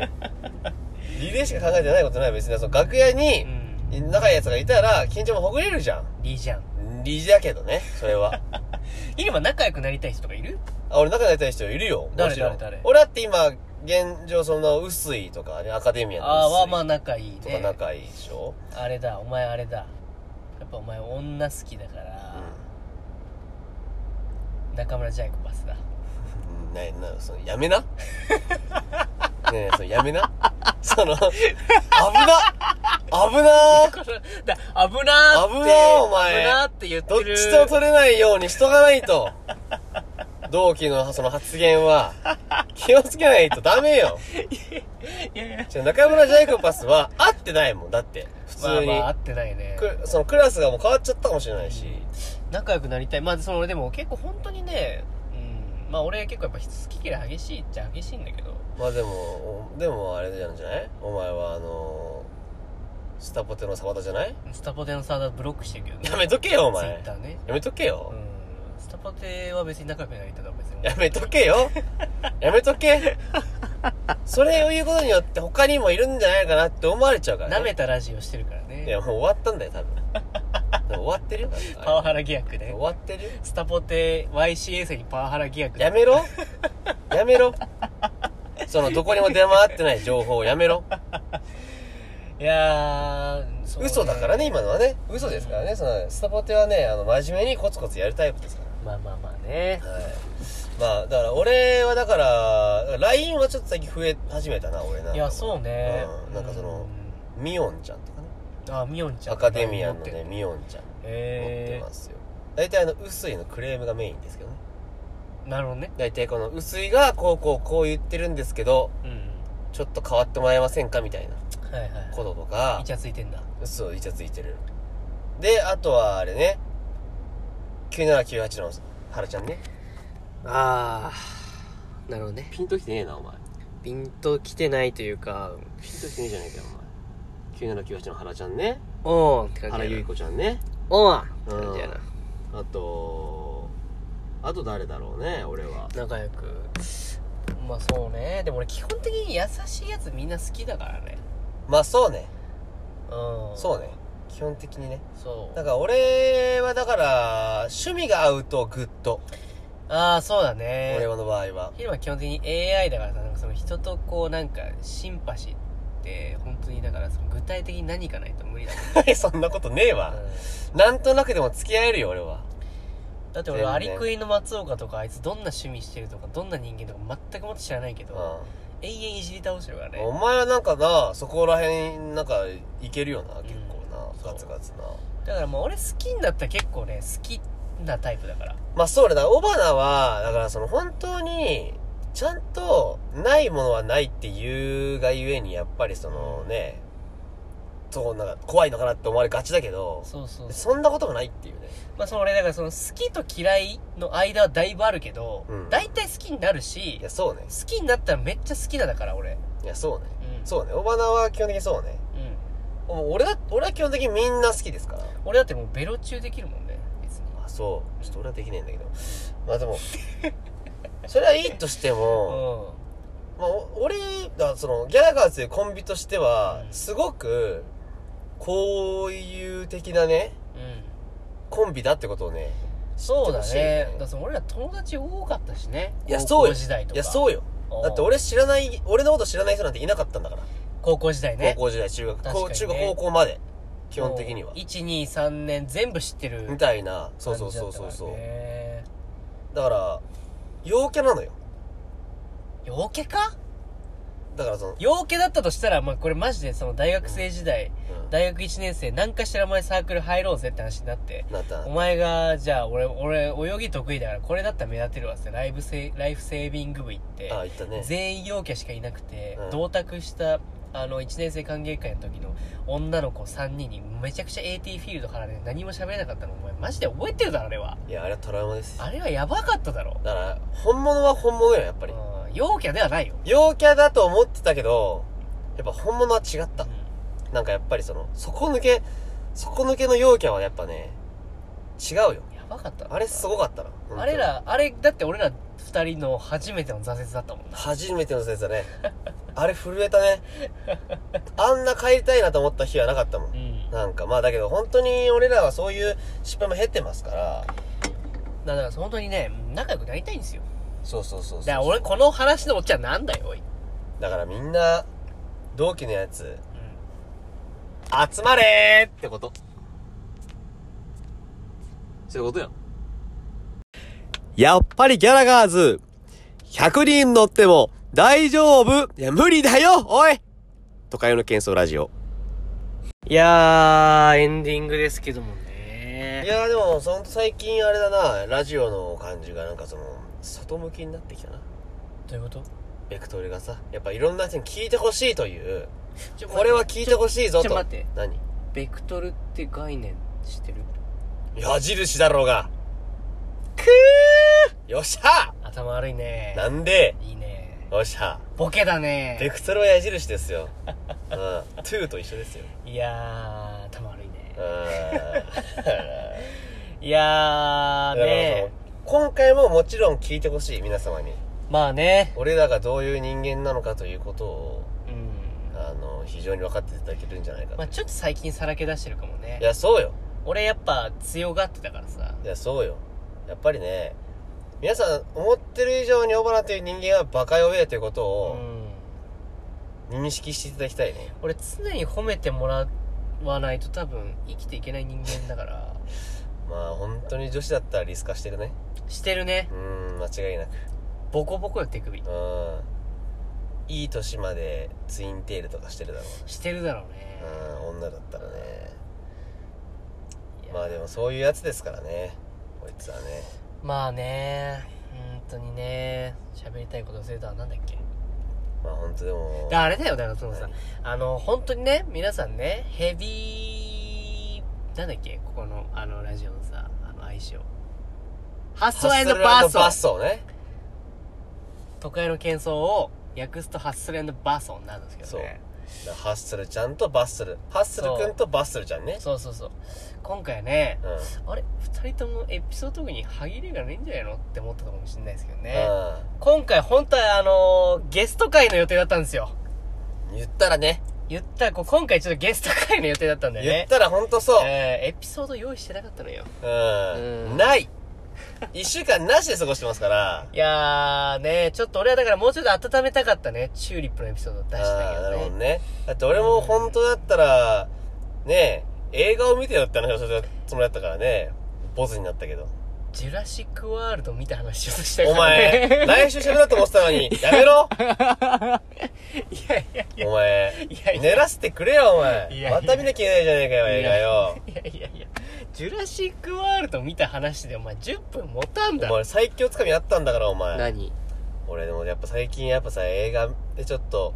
S1: リレーしか考えてないことない、別に。その楽屋
S2: う
S1: に、
S2: ん
S1: 仲いい奴がいたら、緊張もほぐれるじゃ
S2: リじゃん
S1: ん。リだけどね、それ
S2: [LAUGHS]
S1: は。
S2: 昼間仲良くなりたい人がいる
S1: あ、俺仲良い人いるよ。もちろん
S2: 誰誰誰
S1: 俺だって今、現状その薄いとかねアカデミアの
S2: ああー
S1: 薄い
S2: はまあ仲いい
S1: とか
S2: ね
S1: 仲いいでしょ、
S2: あれだお前あれだやっぱお前女好きだから、中村ジャイコパスだ
S1: うんななそのや
S2: [LAUGHS]
S1: めなねえそのやめなその危な危な
S2: [LAUGHS] だ危なーって
S1: 危なーお前
S2: 危なーって言って
S1: どっ
S2: る
S1: ちと取れないようにしとかないと同期のその発言は気をつけないとダメよ
S2: いやいや
S1: じゃあ中村ジャイコパスは合ってないもんだって普通
S2: まあ
S1: に、
S2: まあ合ってないね
S1: くそのクラスがもう変わっちゃったかもしれないし、
S2: 仲良くなりたいまあその俺でも結構本当にねうんまあ俺結構やっぱ好き嫌い激しいっちゃ激しいんだけど
S1: まあでもおでもあれじゃんじゃないお前はあのースタポテのサバタじゃない
S2: スタポテのサーダーブロックしてるけどね
S1: やめとけよお
S2: ツイ
S1: 前
S2: ッターね
S1: やめとけよ、
S2: うんスタポテは別に仲良くなりたいとは別に
S1: やめとけよやめとけそれを言うことによって他にもいるんじゃないかなって思われちゃうから
S2: 舐
S1: ね
S2: めたラジオしてるからね
S1: いやもう終わったんだよ多分でも終わってる [LAUGHS] よ
S2: パワハ
S1: ラ
S2: ラ疑惑
S1: 終
S2: ね
S1: わってるよ
S2: スタポテ YCA 生にパワハラ疑惑
S1: やめろやめろそのどこにも出回ってない情報をやめろ
S2: いやーそう
S1: 嘘だからね今のはね嘘ですからねそのスタポテはねあの真面目にコツコツやるタイプですか
S2: まあまあまあね
S1: らはいまあだから俺はだから LINE はちょっと最近増え始めたな俺ない
S2: いやそうね
S1: うんなんかそのミオンちゃんとかね
S2: うんあみおんちゃん
S1: アカデミアの
S2: 持って
S1: ね
S2: る
S1: ミオンちゃん持って
S2: へ
S1: ますよ大体あの薄いのクレームがメインですけどね
S2: えなるほどね
S1: 大体この薄いがこうこうこう言ってるんですけど
S2: うん
S1: ちょっと変わってもらえませんかみたいな
S2: はいはい
S1: こととか
S2: イチャついてんだ
S1: そうイチャついてるであとはあれね9798のハラちゃんね
S2: ああなるほどね
S1: ピンときてねえなお前
S2: ピンときてないというか
S1: ピンときてねえじゃねえかよお前9798のハラちゃんね
S2: おーんって感
S1: ハラ
S2: じ
S1: ユ
S2: や
S1: イ
S2: な
S1: コちゃんね
S2: おーんって
S1: うん
S2: 感じやな
S1: あとあと誰だろうね俺は
S2: 仲良くまあそうねでも俺基本的に優しいやつみんな好きだからね
S1: まあそうね
S2: うん
S1: そうね基本的にね
S2: そう
S1: だから俺はだから趣味が合うとグッと
S2: ああそうだね
S1: 俺はの場合は
S2: 昼間基本的に AI だからさなんかその人とこうなんかシンパシーって本当にだからその具体的に何かないと無理だもんね、
S1: そんなことねえわなんとなくでも付き合えるよ俺は
S2: だって俺アリクイの松岡とかあいつどんな趣味してるとかどんな人間とか全くもって知らないけど、
S1: う
S2: 永遠いじり倒してるから
S1: んお
S2: ね
S1: 前はなんかなそこら辺なんかいけるよな結構な、
S2: うん
S1: ガツガツな
S2: だからもう俺好きになったら結構ね好きなタイプだから
S1: まあそうだだからオバナはだからその本当にちゃんとないものはないっていうがゆえにやっぱりそのねそうなんか怖いのかなって思われがちだけど
S2: そうそうそう
S1: そんなこともないっていうね
S2: まあその俺だからその好きと嫌いの間はだいぶあるけど、
S1: うん
S2: 大体好きになるし
S1: いやそうね
S2: 好きになったらめっちゃ好きなだから俺
S1: いやそうね
S2: うん
S1: そうねオバナは基本的にそうね
S2: う、うん、
S1: もう俺だ俺は基本的にみんな好きですから
S2: 俺だってもうベロ中できるもんね別に
S1: あそうちょっと俺はできないんだけどまあで
S2: [LAUGHS]
S1: もそれはいいとしても、
S2: う
S1: まあ、お俺がそのギャラガーズというコンビとしては
S2: うん
S1: すごくこういう的なね
S2: ん、うん、
S1: コンビだってことをね
S2: そうだ
S1: 知って
S2: ね
S1: ほしいね
S2: だってその俺ら友達多かったしね
S1: いや
S2: 高
S1: そうよ
S2: 校時代と
S1: い
S2: か
S1: やそうよ
S2: うん
S1: だって俺知らない俺のこと知らない人なんていなかったんだから、
S2: 高校時代ね
S1: 高校時代中学、
S2: 確かに
S1: 高
S2: ね
S1: 中学高校まで基本的には
S2: 123年全部知ってる
S1: みたいなそう
S2: 感じ
S1: そう
S2: だった
S1: そ
S2: から
S1: うそうそう、
S2: ね
S1: だから陽キャなのよ
S2: 陽気か
S1: だからその、
S2: 陽気だったとしたら、まあ、これマジでその大学生時代、
S1: うん
S2: 大学1年生何かしらお前サークル入ろうぜって話になって
S1: なった
S2: お前がじゃあ俺俺泳ぎ得意だからこれだったら目立てるわっつってライブセライフセービング部行って
S1: あ言ったね
S2: 全員陽キャしかいなくて、
S1: うん
S2: 同卓したあの1年生歓迎会の時の女の子3人にめちゃくちゃ AT フィールドからね何も喋れなかったのお前マジで覚えてるだろあれはい
S1: やあれはトラウマです
S2: あれはやばかっただろ、
S1: だから本物は本物よやっぱり
S2: うん、陽キャではないよ、
S1: 陽キャだと思ってたけどやっぱ本物は違っ
S2: う
S1: た
S2: ん
S1: なんかやっぱりその底抜け底抜けの陽キャはやっぱね違うよ
S2: やばかった
S1: あれすごかったな本当に
S2: あれらあれだって俺ら2人の初めての挫折だったもんな
S1: 初めての先生だね [LAUGHS] あれ震えたねあんな帰りたいなと思った日はなかったも
S2: うんん
S1: なんかまあだけど本当に俺らはそういう失敗も経てますから
S2: だから本当にね仲良くなりたいんですよ
S1: そうそうそうそう
S2: だから俺この話のおっちゃんなんだよおい
S1: だからみんな、同期のやつ、集まれーってこと。
S2: そういうことやん。
S1: やっぱりギャラガーズ、100人乗っても大丈夫いや、無理だよおい都会の喧騒ラジオ。
S2: いやー、エンディングですけどもね。
S1: いやーでも、その最近あれだな、ラジオの感じがなんかその、外向きになってきたな。
S2: どういうこと
S1: ベクトルがさ、やっぱいろんな人に聞いてほしいという、
S2: ちょ
S1: これは聞いてほしいぞと。
S2: ちょちょ待って
S1: 何
S2: ベクトルって概念知ってる
S1: 矢印だろうが。
S2: く
S1: よっしゃ
S2: ー頭悪いね
S1: ーなんで
S2: いいね
S1: よっしゃ
S2: ボケだ
S1: ーベ
S2: ね
S1: クトルは矢印ですよ。うん。2と一緒ですよ。
S2: いやー、頭悪いね [LAUGHS]
S1: う。ん。
S2: いやー、ね
S1: 今回ももちろん聞いてほしい皆様に
S2: まあね。
S1: 俺らがどういう人間なのかということを
S2: うん。
S1: あの非常に分かっていただけるんじゃないかと、
S2: まあちょっと最近さらけ出してるかもね
S1: い。やそうよ
S2: 俺やっぱ強がってたからさ。
S1: いやそうよやっぱりね皆さん思ってる以上にオバナという人間はバカ弱えということを
S2: うん。
S1: 認識していただきたいね、
S2: 俺常に褒めてもらわないと多分生きていけない人間だ [LAUGHS] から。
S1: まあ本当に女子だったらリス化してるね
S2: してるね
S1: う。ーん間違いなく
S2: ボコボコよ手首
S1: う。ーんいい年までツインテールとかしてるだろ
S2: してるだろうね。
S1: ううん女だったらね
S2: いや
S1: まあでもそういうやつですからねこいつはね
S2: まあね。本当にね。喋りたいこと忘れたわなんだっけ
S1: まあ本当でも。
S2: だあれだよ、だからそのさ
S1: はい、
S2: あの、本当にね、皆さんね、ヘビー、なんだっけ、ここの、あの、ラジオのさ、あの、相性。ハ
S1: ハ
S2: ッスル
S1: ッスル
S2: バーソ
S1: バッ
S2: ン
S1: ソーね。
S2: 都会の喧騒を訳すとハッスルバーソンなんですけどね。
S1: だハッスルちゃんとバッスル。ハッスルくんとバッスルちゃんね。
S2: そうそうそう。今回ね、
S1: うん。
S2: あれ二人ともエピソードに歯切れがないんじゃないのって思ったのかもしれないですけどね。
S1: う
S2: 今回本当はあのーゲスト会の予定だったんですよ。
S1: ん。言ったらね。
S2: 言ったら、こう今回ちょっとゲスト会の予定だったんだよ
S1: 言
S2: ね
S1: っ。たらほんとそう。
S2: えーエピソード用意してなかったのよ。
S1: う
S2: うん
S1: ん。ない。一週間なしで過ごしてますから。
S2: いやーね、ちょっと俺はだからもうちょっと温めたかったね。チューリップのエピソードを出した
S1: あーなる
S2: け
S1: ほ
S2: ど
S1: ど
S2: ね。
S1: ね。だって俺も本当だったら、ねえ、映画を見てよって話をするつもりだったからね。ボスになったけど。
S2: ジュラシックワールド見た話をしたか
S1: お
S2: らね。
S1: 前、来週喋ろうと思ってたのに、やめ
S2: [LAUGHS]
S1: ろ
S2: いやいやいや。
S1: お前
S2: いやい、や
S1: 練らせてくれよ、お
S2: いやい
S1: 前。
S2: や
S1: また見なきゃいけないじゃねえかよ、映画よ。
S2: [LAUGHS] いやいやいや。ジュラシックワールド見た話でお前10分持たんだ
S1: お前、最強つかみあったんだから、お前。
S2: 何
S1: 俺でもやっぱ最近やっぱさ、映画でちょっと、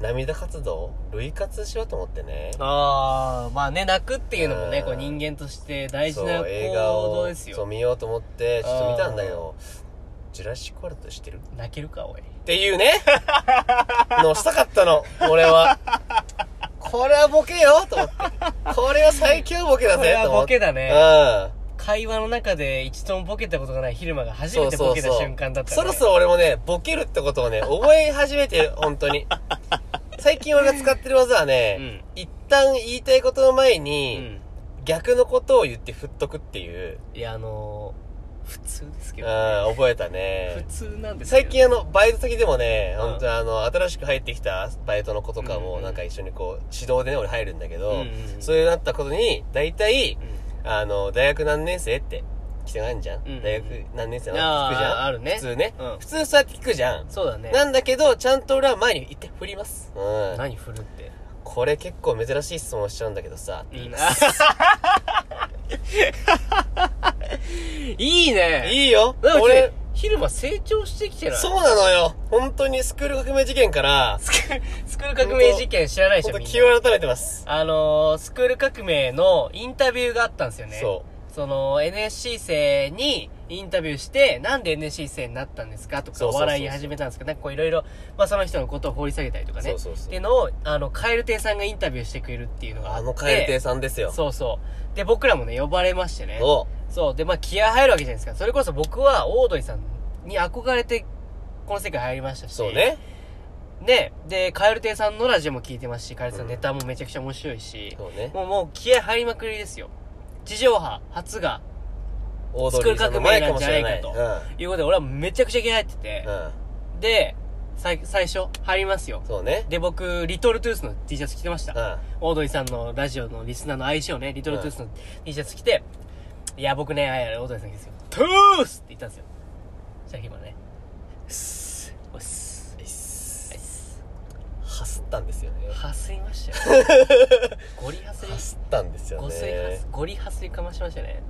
S1: 涙活動類活しようと思ってね。
S2: あー、まあね、泣くっていうのもね、
S1: うん
S2: こう人間として大事な
S1: そう
S2: 行
S1: 映画
S2: 動
S1: を、
S2: です
S1: そう
S2: よ。
S1: 見ようと思って、ちょっと見たんだけど、ジュラシックワールド知ってる
S2: 泣けるか、おい。
S1: っていう
S2: [LAUGHS]
S1: ね、のをしたかったの、俺は。これはボケよと思って。これは最強ボケだ
S2: これ
S1: ぜ
S2: は
S1: と思
S2: ボ
S1: って。
S2: ケだね。
S1: うん。
S2: 会話の中で一度もボケたことがない昼間が初
S1: そ
S2: め
S1: う
S2: て
S1: そう
S2: ボケた瞬間だったね。
S1: そうそろそろ俺もね、ボケるってことをね、覚え始めて、本当に。最近俺が使ってる技はね、
S2: うん
S1: 一旦言いたいことの前
S2: う
S1: に、
S2: ん。
S1: 逆のことを言って振っとくっていう、
S2: いや、あのー、普通です
S1: う
S2: け
S1: ん、
S2: ど、
S1: 覚えた
S2: 普
S1: ね。
S2: 通なんですけど
S1: 最近あの、バイト先でもね、
S2: うん
S1: 本当にあの、新しく入ってきたバイトの子とか
S2: うんうん
S1: も、
S2: うん
S1: なんか一緒にこう、指導でね、俺入るんだけど、
S2: うんうんうん
S1: そういうなったことに、大体
S2: う、ん
S1: あの、大学何年生って、聞きたがるじゃん、
S2: うんうん
S1: 大学何年生なの
S2: あ
S1: って聞くじゃん
S2: ーあるね
S1: 普通ね、
S2: うん
S1: 普通そうやって聞くじゃん。
S2: そうだね。
S1: なんだけど、ちゃんと俺は前に行って振ります。うん。
S2: 何振るって。
S1: これ結構珍しい質問しちゃうんだけどさ、って言います。
S2: いいね
S1: [LAUGHS] いいよ
S2: なんか
S1: 俺、
S2: 昼間成長してきてない
S1: そうなのよ本当にスクール革命事件から、
S2: スクールスクール革命事件知らない
S1: 本
S2: でしょ
S1: 当
S2: みん
S1: 気
S2: な。
S1: を改めてます。
S2: あのー、スクール革命のインタビューがあったんですよね。。
S1: そう
S2: その、NSC 生にインタビューして、なんで NSC 生になったんですかとか、
S1: そうそうそう
S2: お
S1: そう
S2: 笑い始めたんですかなんかこういろいろ、まあその人のことを掘り下げたりとか
S1: う。
S2: ね。
S1: そうそうそ
S2: っていう
S1: う。
S2: のを、あの、カエル亭さんがインタビューしてくれるっていうのがあって。
S1: あの蛙亭さんですよ。
S2: そうそう。で、僕らもね、呼ばれましてね。
S1: お
S2: そう。で、まあ、気合入るわけじゃないですか。それこそ僕は、オードリーさんに憧れて、この世界入りましたし。
S1: そう。ね。
S2: ね。で、カエル亭さんのラジオも聞いてますし、カエル亭さん
S1: うん
S2: ネタもめちゃくちゃ面白いし、
S1: そうね。
S2: もう、もう気合入りまくりですよ。地上波初が、
S1: オードリーさんの前かもしれない。
S2: スクール
S1: うん。
S2: いうことで、俺はめちゃくちゃ気合入ってて、
S1: うん。
S2: で、最最初入りますよ
S1: そうね。
S2: で僕リトルトゥースの T シャツ着てました、
S1: うん。
S2: オードリーさんのラジオのリスナーの相性ね、リトルトゥースの T シャツ着て、いや、僕ね、あいやオードリーさんですよ。トゥースって言ったんですよ。そしたら今ね、うっす、おっす、はいっす
S1: はすったんですよね。
S2: はすりました
S1: [LAUGHS]
S2: よ。ゴリはすり
S1: は、すったんですよ
S2: ごすりは
S1: ね
S2: す。、ゴリはすりかましましたね。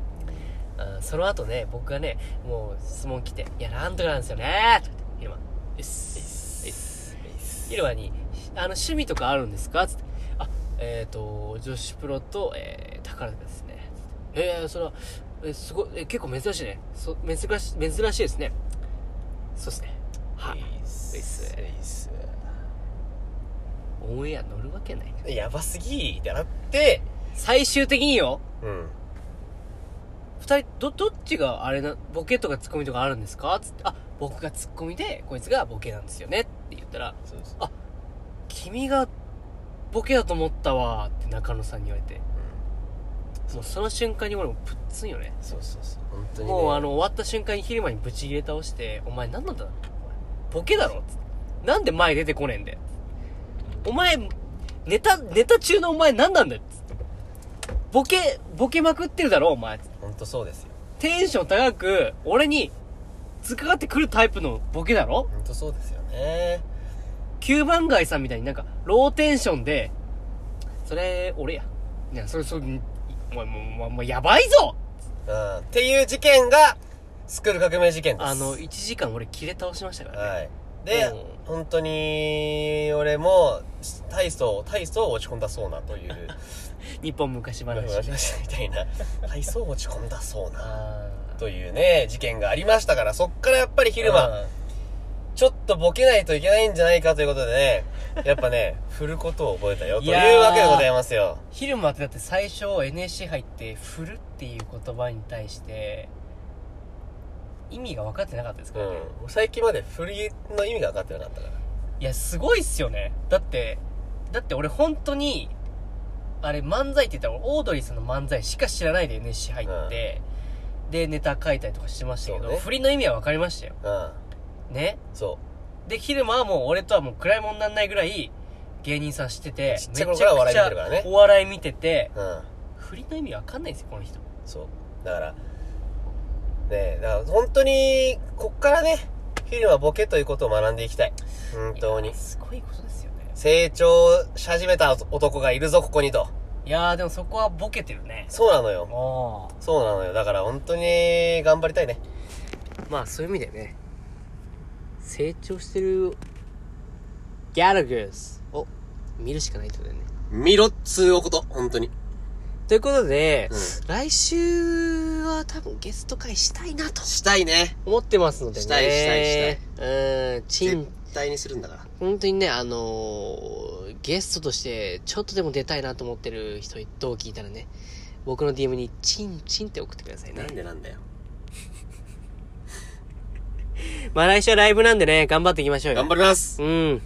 S2: あーその後ね、僕がね、もう質問来て、いや、なんとかなんですよねって言って、昼間、うっす、うっす。イルワに、あの、趣味とかあるんですかつって。あ、えっ、と、女子プロと、えー、宝塚ですね。つってえー、それは、えすごい、え結構珍しいね。そ、珍し、珍しいですね。そうですね。はい。
S1: いいっす
S2: いいっす
S1: いいっす
S2: オンエア乗るわけない。
S1: やばすぎーってなって、
S2: 最終的によ、
S1: うん。
S2: 二人、ど、どっちがあれな、ボケとかツッコミとかあるんですかつって、あ、僕がツッコミで、こいつがボケなんですよね。って言ったら、
S1: そうです。
S2: 君がボケだと思ったわ、って中野さんに言われ
S1: うん
S2: て。もうその瞬間に俺もプッツンよね。
S1: そうそうそう。本当にね。
S2: もうあの終わった瞬間に昼間にぶち切れ倒して「お前何なんだろボケだろ」つってなんで前出てこねえんだよ」お前ネタネタ中のお前何なんだよ」つってボケボケまくってるだろお前」つって
S1: 本当そうですよ。
S2: テンション高く俺に突っかかってくるタイプのボケだろ
S1: 本当そうですよね。
S2: 九番街さんみたいになんかローテンションで「それ俺や」いやそれそれお前もうもうもうやばいぞ
S1: うん。っていう事件が、スクール革命事件です。
S2: あの1時間俺切れ倒しましたからね、
S1: はい。で
S2: うん、
S1: 本当に、俺も、体操、体操を落ち込んだそうな [LAUGHS] という、
S2: 日本
S1: [LAUGHS]
S2: 昔話
S1: みたいな、体操を落ち込んだそうな、
S2: あ
S1: というね、事件がありましたから、そっからやっぱり昼間、ちょっとボケないといけないんじゃないかということで [LAUGHS] ね、やっぱね、振ることを覚えたよ、とい
S2: いや
S1: う
S2: ー
S1: わけでございますよ。
S2: 昼間ってだって最初 NSC 入って振るっていう言葉に対して意味が分かってなかったです
S1: う
S2: からね、
S1: ん。最近まで振りの意味が分かってなかったから。
S2: いやすごいっすよねだってだって俺本当にあれ漫才って言ったら俺オードリーさんの漫才しか知らないで NSC 入って、でネタ書いたりとかしてましたけ
S1: そ
S2: ど、
S1: うね
S2: 振りの意味は分かりましたよ
S1: うん。
S2: ね
S1: そ
S2: で昼間はもう俺とはもう暗いもんなんないぐらい芸人さん知ってて
S1: ちっちゃい頃から笑い見てるからね
S2: めちゃくちゃお笑い見てて
S1: う。うん。
S2: 振りの意味わかんないんですよこの人
S1: そう。だから、ねえ、だから本当に、こっからね、フィルムはボケということを学んでいきたい。本当
S2: い
S1: に
S2: や。すごいことですよね
S1: 成長し始めた男がいるぞ、ここにと。
S2: いやーでもそこはボケてるね
S1: そうなのよ。
S2: ああ
S1: そうなのよ。だから本当に、頑張りたいね。
S2: まあそういう意味でね成長してるギャラグスを見るしかないってことだよね
S1: 見ろっつうこと、本当に。
S2: ということで、
S1: うん
S2: 来週は多分ゲスト会したいなと
S1: したいね。
S2: 思ってますのでね
S1: したいしたい
S2: したいうーんチン
S1: 対にするんだから。
S2: 本当にねあのーゲストとしてちょっとでも出たいなと思ってる人どう聞いたらね僕の DM にチンチンって送ってくださいね
S1: でなんだよ。
S2: まあ来週はライブなんでね、頑張っていきましょうよ。
S1: 頑張ります。
S2: うん。